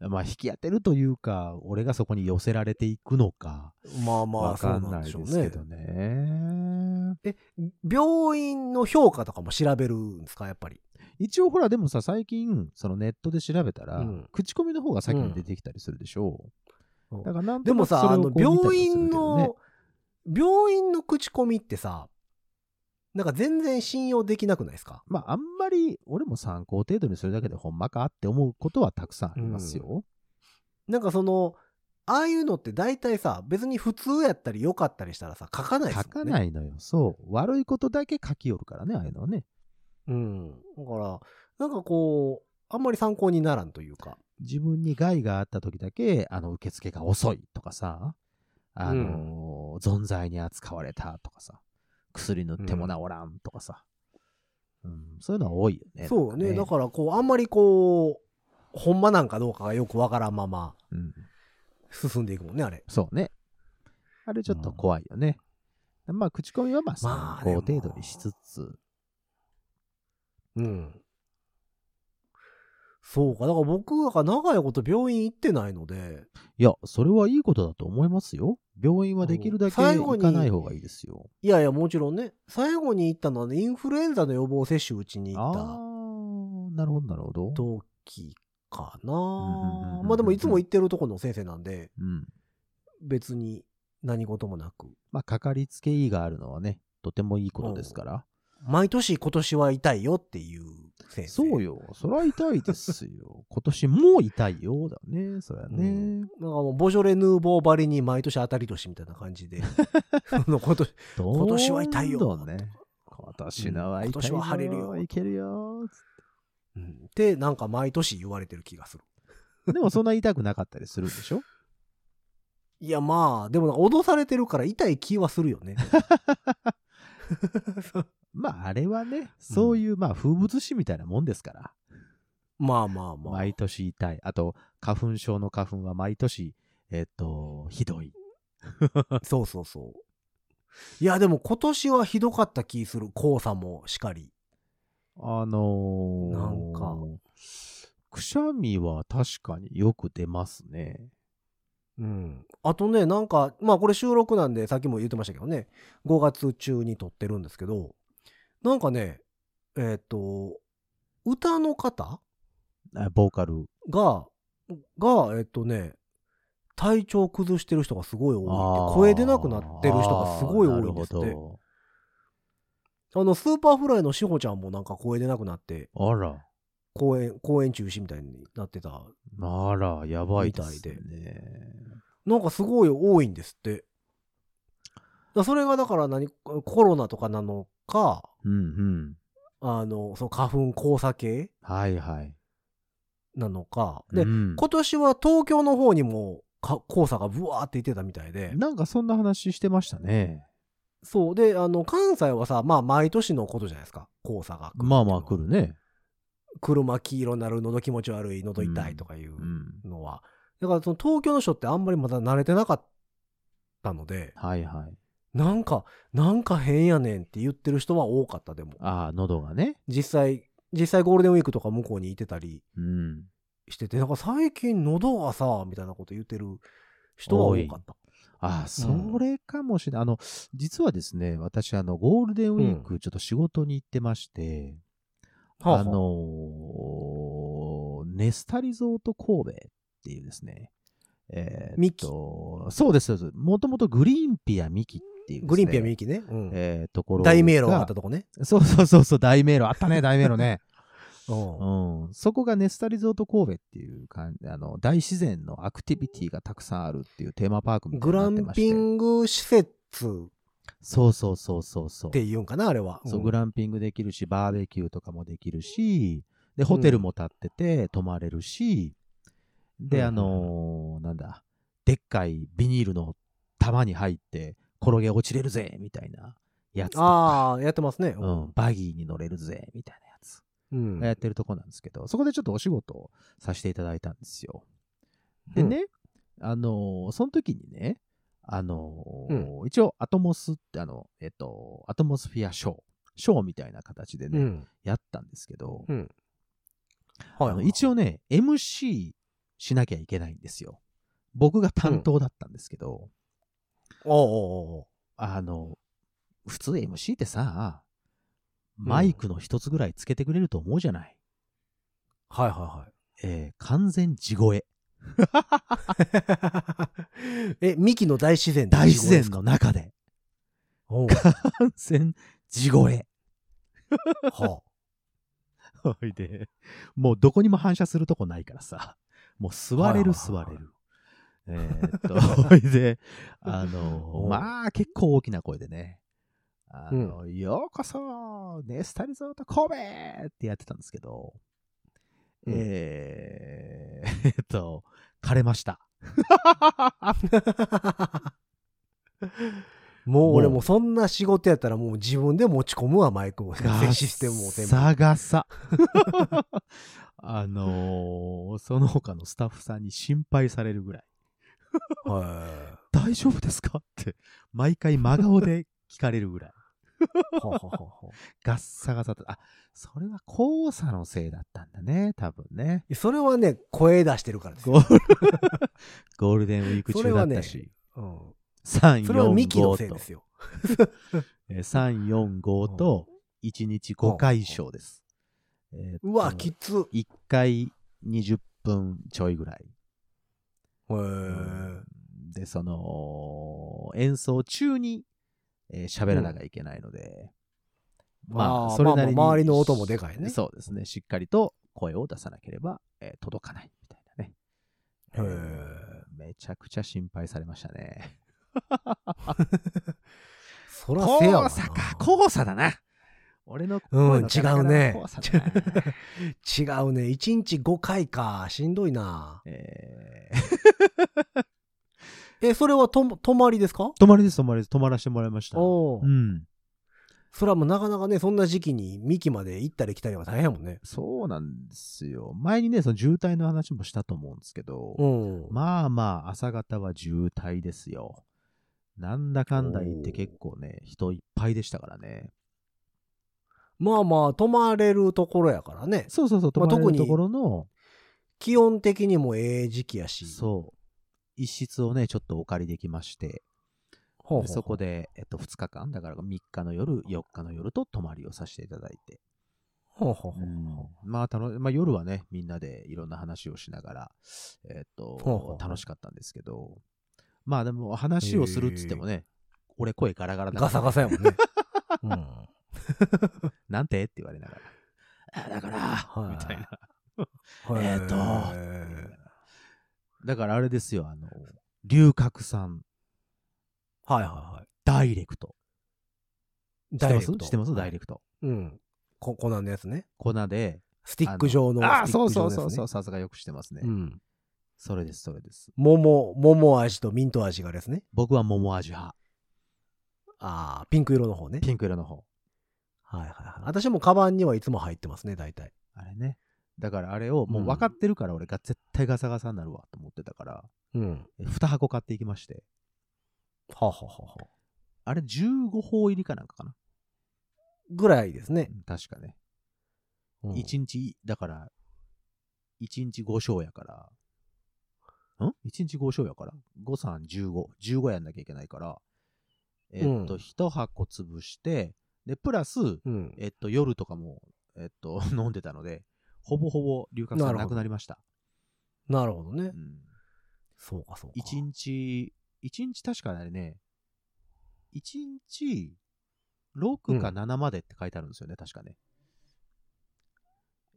Speaker 3: まあ、引き当てるというか、俺がそこに寄せられていくのか、
Speaker 2: まあま
Speaker 3: わ
Speaker 2: あそう
Speaker 3: かん
Speaker 2: な
Speaker 3: なんい
Speaker 2: で
Speaker 3: で
Speaker 2: しょう
Speaker 3: すけ
Speaker 2: ね。
Speaker 3: どね。
Speaker 2: 病院の評価とかも調べるんですか、やっぱり。
Speaker 3: 一応、ほら、でもさ、最近、そのネットで調べたら、
Speaker 2: うん
Speaker 3: 口コミの方が先に出てきたりするでしょう。
Speaker 2: うん
Speaker 3: だからなん
Speaker 2: で
Speaker 3: と
Speaker 2: も
Speaker 3: なく
Speaker 2: さ、
Speaker 3: そ
Speaker 2: あ
Speaker 3: れ
Speaker 2: の
Speaker 3: をこう見た
Speaker 2: 病
Speaker 3: りはする
Speaker 2: 院
Speaker 3: けどね
Speaker 2: の、病院の口コミってさ、なんか全然信用できなくないですか
Speaker 3: まあ、あんまり俺も参考程度にするだけでほんまかって思うことはたくさんありますよ。
Speaker 2: なんかその、ああいうのって大体さ、別に普通やったり良かったりしたらさ、書かないです
Speaker 3: 書
Speaker 2: も
Speaker 3: か
Speaker 2: んね。。
Speaker 3: ないいのよ。そう。悪いことだけ書き寄るからね、ああいうのはね。
Speaker 2: うん。だから、なんかこう、あんまり参考にならんというか。
Speaker 3: 自分に害があった時だけ、あの、受付が遅いとかさ、あのー存在に扱われたとかさ、薬塗っても治らんとかさ、うんそういうのは多いよね。
Speaker 2: そうね。
Speaker 3: なん
Speaker 2: だ
Speaker 3: か
Speaker 2: からこう、あんまりこう、ほんまなんかどうかがよくわからんまま
Speaker 3: ねうん、
Speaker 2: 進んでいくもんね、あれ。
Speaker 3: そうね。あれちょっと怖いよね。まあ、口コミはまあ、
Speaker 2: まあ
Speaker 3: 参考
Speaker 2: でも
Speaker 3: 程度にしつつ、
Speaker 2: うん。そうか。だから僕が長いこと病院行ってないので、
Speaker 3: いや、それはいいことだと思いますよ。病院はできるだけ
Speaker 2: うん最後
Speaker 3: 行
Speaker 2: に
Speaker 3: かない方がいいですよ。
Speaker 2: いやいや、もちろんね、最後に行ったのはね、インフルエンザの予防接種打ちに行
Speaker 3: あ
Speaker 2: った
Speaker 3: ー、なるほど、なるほど。
Speaker 2: 時かな
Speaker 3: うんうんうんうん。
Speaker 2: まあでもいつも行ってるとこの先生なんで、
Speaker 3: うん。
Speaker 2: 別に何事もなく。
Speaker 3: まあ、かかりつけ医があるのはね、とてもいいことですから。
Speaker 2: 毎年今年は痛いよっていう先生。
Speaker 3: そう
Speaker 2: よ。
Speaker 3: よ。そりゃ痛いです よ。今年も痛いようだね。そりゃね。
Speaker 2: なんかもうボジョレ・ヌーボーばりに毎年当たり年みたいな感じ で、その今年、
Speaker 3: どん
Speaker 2: 今年は痛いよ
Speaker 3: どんね。今年のは痛いよ、
Speaker 2: 今年は晴れるよ
Speaker 3: いけるよ。
Speaker 2: うん、ってなんか毎年言われてる気がする。
Speaker 3: でもそんな痛くなかったりするんでしょ
Speaker 2: いやまあ、でもなんか脅されてるから痛い気はするよね。
Speaker 3: まあ、あれはね、そういう、まあ、風物詩みたいなもんですから。
Speaker 2: まあまあまあ。
Speaker 3: 毎年痛い。あと、花粉症の花粉は毎年、えっと、ひどい。
Speaker 2: そうそうそう。いや、でも今年はひどかった気する。黄砂もしかり。
Speaker 3: あのー、
Speaker 2: なんか、
Speaker 3: くしゃみは確かによく出ますね。
Speaker 2: うん。あとね、なんか、まあこれ収録なんで、さっきも言ってましたけどね、5月中に撮ってるんですけど、なんかね、えっ、と、歌の方
Speaker 3: あボーカル。
Speaker 2: が、が、えっ、とね、体調崩してる人がすごい多い
Speaker 3: あ
Speaker 2: って
Speaker 3: ー、
Speaker 2: 声出なくなってる人がすごい多いんですっ
Speaker 3: あーな
Speaker 2: て
Speaker 3: る。ほ
Speaker 2: あの、スーパーフライのしほちゃんもなんか声出なくなって、
Speaker 3: どあら、
Speaker 2: 公演、公演中止みたいになってた
Speaker 3: あら、やばいですね
Speaker 2: み。なんかすごい多いんですって。だそれがだから何コロナとかなのか、
Speaker 3: うんうん。
Speaker 2: あの、その花粉交差系
Speaker 3: はいはい。
Speaker 2: なのか。で、
Speaker 3: うん
Speaker 2: 今年は東京の方にもか黄砂がブワーっていってたみたいで。
Speaker 3: なんかそんな話してましたね。
Speaker 2: そう。で、あの、関西はさ、まあ毎年のことじゃないですか。黄砂が。
Speaker 3: まあまあ来。るね。
Speaker 2: 車黄色になる、喉気持ち悪い、喉痛いとかいう
Speaker 3: うん。
Speaker 2: のは。だからその東京の人ってあんまりまだ慣れてなかったので、
Speaker 3: はいはい。
Speaker 2: なんか、なんか変やねんって言ってる人は多かった、でも。
Speaker 3: ああ、喉がね。
Speaker 2: 実際、実際ゴールデンウィークとか向こうにいてたり
Speaker 3: うん。
Speaker 2: してて、なんか最近喉がさ、みたいなこと言ってる人は多かった。
Speaker 3: ああ、それかもしれない。あの、実はですね、私、あの、ゴールデンウィーク、ちょっと仕事に行ってまして、
Speaker 2: はは
Speaker 3: あのーネスタリゾート神戸っていうですね、えーっと
Speaker 2: ミキ
Speaker 3: そうです、そうです。もともとグリーンピアミキっていうですね、
Speaker 2: グリーンピアミキね。うん
Speaker 3: えーところが
Speaker 2: 大迷路があったとこね。
Speaker 3: そうそうそうそう、大迷路。あったね、大迷路ね。
Speaker 2: ううん
Speaker 3: うん、そこがネスタリゾート神戸っていうかんあの大自然のアクティビティがたくさんあるっていうテーマパークみたい
Speaker 2: グ
Speaker 3: にな
Speaker 2: ラ
Speaker 3: ってま
Speaker 2: ン
Speaker 3: して
Speaker 2: ピング施設
Speaker 3: そうそうそうそうそう
Speaker 2: っていうんかな、あれは。
Speaker 3: そう
Speaker 2: うん
Speaker 3: グランピングできるしバーベキューとかもできるしでホテルも建ってて泊まれるし、
Speaker 2: う
Speaker 3: で
Speaker 2: ん
Speaker 3: あのーなんだでっかいビニールの玉に入って転げ落ちれるぜみたいなやつとか、
Speaker 2: ああ、やってますね。
Speaker 3: うん、バギーに乗れるぜみたいなやつ
Speaker 2: うん。
Speaker 3: がやってるとこなんですけど、そこでちょっとお仕事をさせていただいたんですよ。でね、あのーその時にね、あのー一応、アトモスって、あの、えっと、アトモスフィアショー、ショーみたいな形で
Speaker 2: う
Speaker 3: ね、
Speaker 2: ん。
Speaker 3: やったんですけど、
Speaker 2: うん。
Speaker 3: あの
Speaker 2: はい。
Speaker 3: 一応ね、MC しなきゃいけないんですよ。僕が担当だったんですけど、
Speaker 2: おうおうおう
Speaker 3: あの、普通 MC ってさ、マイクの一つぐらいつけてくれると思うじゃない。
Speaker 2: はいは
Speaker 3: えー完全地声。
Speaker 2: いはい。え、ミキの大自然
Speaker 3: 大自然の中で。
Speaker 2: おう
Speaker 3: 完全地声。
Speaker 2: は
Speaker 3: ほいで、もうどこにも反射するとこないからさ、もう座
Speaker 2: は
Speaker 3: れる
Speaker 2: いはい
Speaker 3: 座
Speaker 2: はい
Speaker 3: れる。えーっと、ほいで、あの
Speaker 2: う、ん
Speaker 3: まあ結構大きな声でね、あの、ようこそ、ネスタリゾート神戸ってやってたんですけど、
Speaker 2: うん
Speaker 3: えー えっと、枯れました。
Speaker 2: あもう俺もうそんな仕事やったらもう自分で持ち込むわマイクを システムを全部
Speaker 3: ガッサガサ。 あのーその他のスタッフさんに心配されるぐらい。
Speaker 2: は
Speaker 3: 大丈夫ですかって、毎回真顔で聞かれるぐらい。
Speaker 2: いはははは
Speaker 3: ガッサガサと。あ、それは黄砂のせいだったんだね、多分ね。
Speaker 2: それはね声出してるからですよ
Speaker 3: ゴ ールゴールデンウィーク
Speaker 2: それ
Speaker 3: 中だ
Speaker 2: は
Speaker 3: っ
Speaker 2: ね
Speaker 3: たし。
Speaker 2: うん
Speaker 3: 3、
Speaker 2: それはミキのせい
Speaker 3: 4、5
Speaker 2: で
Speaker 3: と
Speaker 2: す。よ
Speaker 3: えー3、4、5と、1日5回賞です。えーっと
Speaker 2: うわきつへ
Speaker 3: 1回20分ちょいぐらい。
Speaker 2: え
Speaker 3: で、その、演奏中にえー喋、らなきゃいけないので、ま
Speaker 2: あ
Speaker 3: あ、
Speaker 2: ー
Speaker 3: それなりに、
Speaker 2: まあまあ周りの音もでかいね
Speaker 3: そうですね。しっかりと声を出さなければ、えー届かないみたいなね。
Speaker 2: へー
Speaker 3: ーめちゃくちゃ心配されましたね。
Speaker 2: そらせやわ
Speaker 3: 黄
Speaker 2: な
Speaker 3: 砂か、黄砂だな。俺の声の
Speaker 2: うん違うね
Speaker 3: ガラガラは黄砂だ
Speaker 2: 違
Speaker 3: な
Speaker 2: うね1日5回かしんどいな
Speaker 3: えー
Speaker 2: えそれはとも泊まりですか
Speaker 3: 泊まりです、泊まりです。泊まらせてもらいました。
Speaker 2: おお
Speaker 3: うん。
Speaker 2: それはもうなかなかねそんな時期にミキまで行ったり来たりは大変やもんね
Speaker 3: そうなんですよ。前にね、その渋滞の話もしたと思うんですけど、
Speaker 2: うん
Speaker 3: まあまあ、朝方は渋滞ですよ。なんだかんだ言って結構ね、人いっぱいでしたからね。
Speaker 2: まあまあ、泊まれるところやからね。
Speaker 3: そうそうそう、
Speaker 2: まあ
Speaker 3: 泊
Speaker 2: 特
Speaker 3: まれる
Speaker 2: に
Speaker 3: ところの、
Speaker 2: 気温的にもええ時期やし。
Speaker 3: そう、一室をね、ちょっとお借りできまして、
Speaker 2: ほうほう
Speaker 3: でそこで、えっと、2日間、だから3日の夜、4日の夜と泊まりをさせていただいて。
Speaker 2: ほうほうほう
Speaker 3: まあ、楽まあ、夜はね、みんなでいろんな話をしながら、えっと、
Speaker 2: ほうほう
Speaker 3: 楽しかったんですけど、まあでも話をするっつってもね、俺声ガラガラだか
Speaker 2: ガ
Speaker 3: ら
Speaker 2: サガサやも んね。うん
Speaker 3: なんてって言われながら。あだから、
Speaker 2: はい
Speaker 3: みたいな。
Speaker 2: へ
Speaker 3: えーとだからあれですよ、あの、龍角散、
Speaker 2: はいはいは
Speaker 3: ダイレクト。
Speaker 2: い。ダイレク
Speaker 3: 知ってま
Speaker 2: ト。
Speaker 3: す知ってますダイレクト。
Speaker 2: うん。こ、こなんのやつね。
Speaker 3: 粉で。
Speaker 2: スティック状の。
Speaker 3: ああ、
Speaker 2: スティ
Speaker 3: そ
Speaker 2: ッ
Speaker 3: う
Speaker 2: ク状
Speaker 3: そう
Speaker 2: のやつね
Speaker 3: そうそう、さすがよく知ってますね。
Speaker 2: うん。
Speaker 3: それです、それです。
Speaker 2: 桃、桃味とミント味がですね。
Speaker 3: 僕は桃味
Speaker 2: あ
Speaker 3: 派。
Speaker 2: あ、ピンク色の方ね。
Speaker 3: ピンク色の方。
Speaker 2: はいはいはい。私もカバンにはいつも入ってますね、大体。
Speaker 3: あれね。だからあれをもう分かってるから俺が絶対ガサガサになるわと思ってたから、
Speaker 2: うん。
Speaker 3: え2箱買っていきまして。
Speaker 2: はあはあはあはあ
Speaker 3: あれ15包入りかなんかかな。
Speaker 2: ぐらいですね。
Speaker 3: 確かね。
Speaker 2: うん
Speaker 3: 一日、だから、一日5章やから、ん一日5章やから、5、3、15、15やんなきゃいけないから、えっ
Speaker 2: う
Speaker 3: と、
Speaker 2: ん
Speaker 3: 一箱潰して、で、プラス、
Speaker 2: うん。
Speaker 3: えっと、夜とかも、えっと、 飲んでたので、ほぼほぼ龍角
Speaker 2: な
Speaker 3: 散
Speaker 2: るほ
Speaker 3: な
Speaker 2: ど
Speaker 3: くなりました。
Speaker 2: なるほどね
Speaker 3: う。ん
Speaker 2: そうかそうか。
Speaker 3: 一日、一日確かにあれね、一日6か7までって書いてあるんですよね、確かね。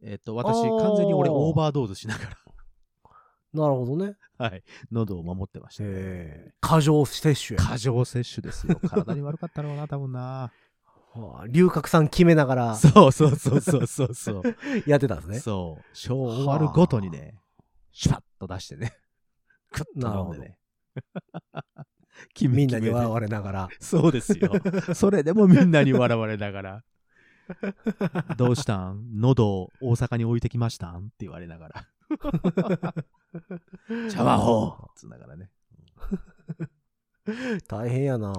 Speaker 3: えっと、私、
Speaker 2: あー
Speaker 3: 完全に俺、オーバードーズしなが
Speaker 2: なるほどね。
Speaker 3: ら、 はい、喉を守ってましたね、
Speaker 2: えー、過剰摂取や。
Speaker 3: 過剰摂取ですよ。体に悪かったろうな、 多分な。
Speaker 2: はあ龍角散決めながら
Speaker 3: そうそうそうそうそうそう。
Speaker 2: やってたんですね。
Speaker 3: そう。ショー終わるごとにね、シュパッと出してね、クッと飲んでね。 君
Speaker 2: みんなに笑
Speaker 3: は
Speaker 2: われながら。
Speaker 3: そうですよ。それでもみんなに笑われながら。どうしたん喉を大阪に置いてきましたんって言われなが ら。シャワーホーつながらね。
Speaker 2: 大変やな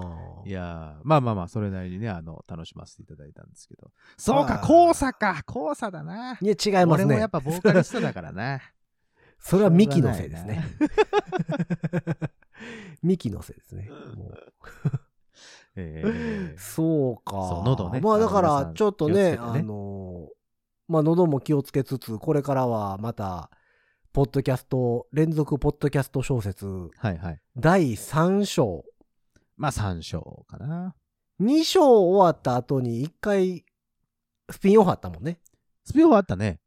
Speaker 2: い
Speaker 3: やーまあまあまあ、それなりにね、あの、楽しませていただいたんですけど。そうか
Speaker 2: あ、ー
Speaker 3: 交差か、交差だな。
Speaker 2: いや、違います
Speaker 3: 俺もや
Speaker 2: ね
Speaker 3: っ。ぱボーカリストだからな。
Speaker 2: それはミキのせいですね。ミキのせいですね。もう
Speaker 3: ええ
Speaker 2: そうか。
Speaker 3: そう喉ね
Speaker 2: まあだか
Speaker 3: あの皆さ
Speaker 2: ら
Speaker 3: ん、
Speaker 2: ちょっと
Speaker 3: 気をつ
Speaker 2: ね、
Speaker 3: けてね
Speaker 2: あのー、まあ喉も気をつけつつ、これからはまた、ポッドキャスト、連続ポッドキャスト小説、
Speaker 3: はいはい。
Speaker 2: 第3章。
Speaker 3: まあ、3章かな。
Speaker 2: 2章終わった後に1回、スピンオフあったもんね。
Speaker 3: スピンオフあったね。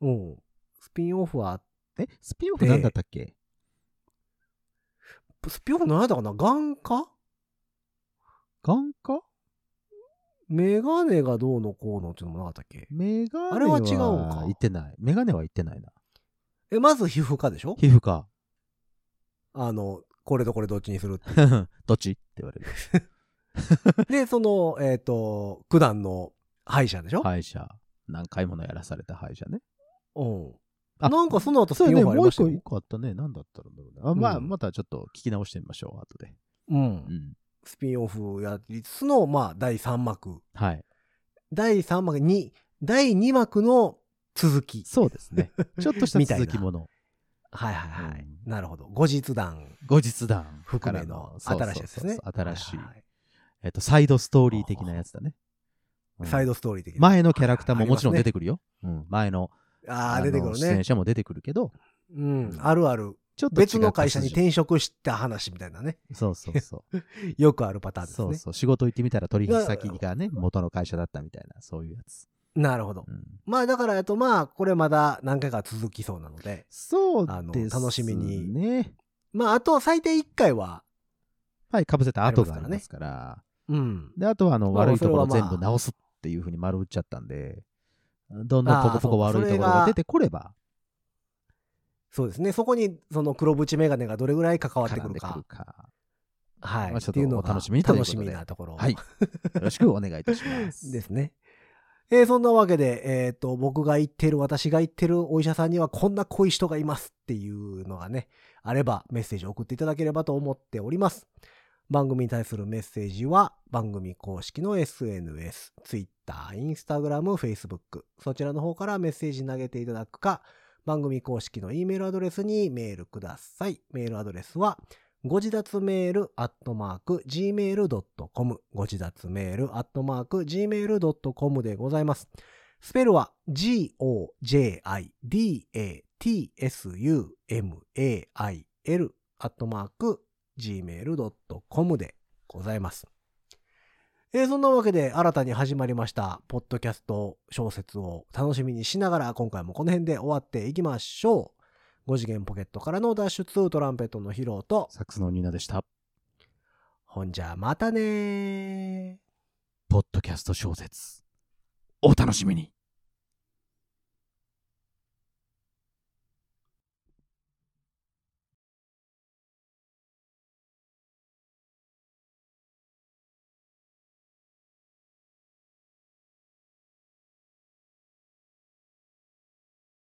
Speaker 2: うん。スピンオフは、
Speaker 3: え、スピンオフなんだったっけ
Speaker 2: スピンオフ何やったかな眼科
Speaker 3: 眼科
Speaker 2: メガネがどうのこうのっていうのもなかったっけ
Speaker 3: メガネは
Speaker 2: あれは違うんか
Speaker 3: 行ってない。メガネは行ってないな。
Speaker 2: え、まず皮膚科でしょ
Speaker 3: 皮膚科。
Speaker 2: あの、これとこれどっちにするって。
Speaker 3: どっちって言われる。
Speaker 2: で、その、えっ、と、九段の歯医者でしょ、
Speaker 3: 歯医者。何回ものやらされた歯医者ね。
Speaker 2: うん。
Speaker 3: あ
Speaker 2: なんかその後ス
Speaker 3: そう
Speaker 2: ピ
Speaker 3: や
Speaker 2: ンオフあ
Speaker 3: ね。
Speaker 2: り
Speaker 3: もう
Speaker 2: まし
Speaker 3: 一
Speaker 2: た
Speaker 3: 個
Speaker 2: よ。
Speaker 3: 一個あったね。何だったんだろうね。あまあ、
Speaker 2: うん
Speaker 3: またちょっと聞き直してみましょう。後で。
Speaker 2: う。
Speaker 3: うんん。
Speaker 2: スピンオフやりつつの、まあ、第3幕。
Speaker 3: はい。
Speaker 2: 第3幕に、第2幕の続き。
Speaker 3: そうですね。 ちょっとした
Speaker 2: みたいな
Speaker 3: 続きもの。
Speaker 2: はいはいはい。
Speaker 3: う
Speaker 2: なるほど。後日談
Speaker 3: 後日談か
Speaker 2: 含
Speaker 3: ら
Speaker 2: めの
Speaker 3: そうそうそう
Speaker 2: 新しいですね。
Speaker 3: 新しい
Speaker 2: は。はは
Speaker 3: えっと、サイドストーリー的なやつだね。うん
Speaker 2: サイドストーリー的な。
Speaker 3: 前のキャラクターももちろん出
Speaker 2: く
Speaker 3: てくるよ。うん、前の
Speaker 2: る。ああ、出てくる
Speaker 3: あの出
Speaker 2: ね
Speaker 3: 演。者も出てくるけど、
Speaker 2: うん。あるある。
Speaker 3: ちょっと違った
Speaker 2: 別の会社に
Speaker 3: 筋
Speaker 2: 転職した話みたいなね。
Speaker 3: そうそうそう。
Speaker 2: よくあるパターンです
Speaker 3: そ
Speaker 2: ね。
Speaker 3: うそう。仕事行ってみたら取引先がね、元の会社だったみたいな、そういうやつ。
Speaker 2: なるほど。
Speaker 3: うん
Speaker 2: まあだから、えっとまあ、これまだ何回か続きそうなので。
Speaker 3: そう
Speaker 2: あの
Speaker 3: です
Speaker 2: 楽しみに
Speaker 3: ね。
Speaker 2: まあ、あと最低1回は、
Speaker 3: はい、かぶせた後がありますから。
Speaker 2: うん。
Speaker 3: で、あとは、あの、
Speaker 2: まあ
Speaker 3: 悪いところ
Speaker 2: それは
Speaker 3: 全
Speaker 2: まあ
Speaker 3: 部直すっていうふうに丸打っちゃったんで、どんどんポコポコ
Speaker 2: あーそうかそ
Speaker 3: 悪いところ
Speaker 2: れが
Speaker 3: が出てこれば、
Speaker 2: そうですね。そこに、その黒縁メガネがどれぐらい関わって
Speaker 3: 絡
Speaker 2: く
Speaker 3: ん
Speaker 2: る
Speaker 3: でく
Speaker 2: か
Speaker 3: る。か。
Speaker 2: はい。
Speaker 3: まあちょっと
Speaker 2: っていうのが
Speaker 3: お楽しみにということで
Speaker 2: 楽しみなところ。
Speaker 3: はい。よろしくお願いいたしま す。
Speaker 2: ですね。えーそんなわけで、えっ、と、僕が言ってる、私が言ってるお医者さんにはこんな濃い人がいますっていうのがね、あればメッセージを送っていただければと思っております。番組に対するメッセージは、番組公式の SNS、Twitter、Instagram、Facebook、そちらの方からメッセージ投げていただくか、番組公式の E メールアドレスにメールください。メールアドレスは、ご自立メールアットマーク gmail.com ご自立メールアットマーク gmail.com でございます。スペルは g-o-j-i-d-a-t-s-u-m-a-i-l アットマーク gmail.com でございます。えーそんなわけで新たに始まりましたポッドキャスト小説を楽しみにしながら今回もこの辺で終わっていきましょう。5次元ポケットからの脱出トランペットのヒロと
Speaker 3: サックスのニーナでした。
Speaker 2: ほんじゃまたねー。
Speaker 3: ポッドキャスト小説、お楽しみに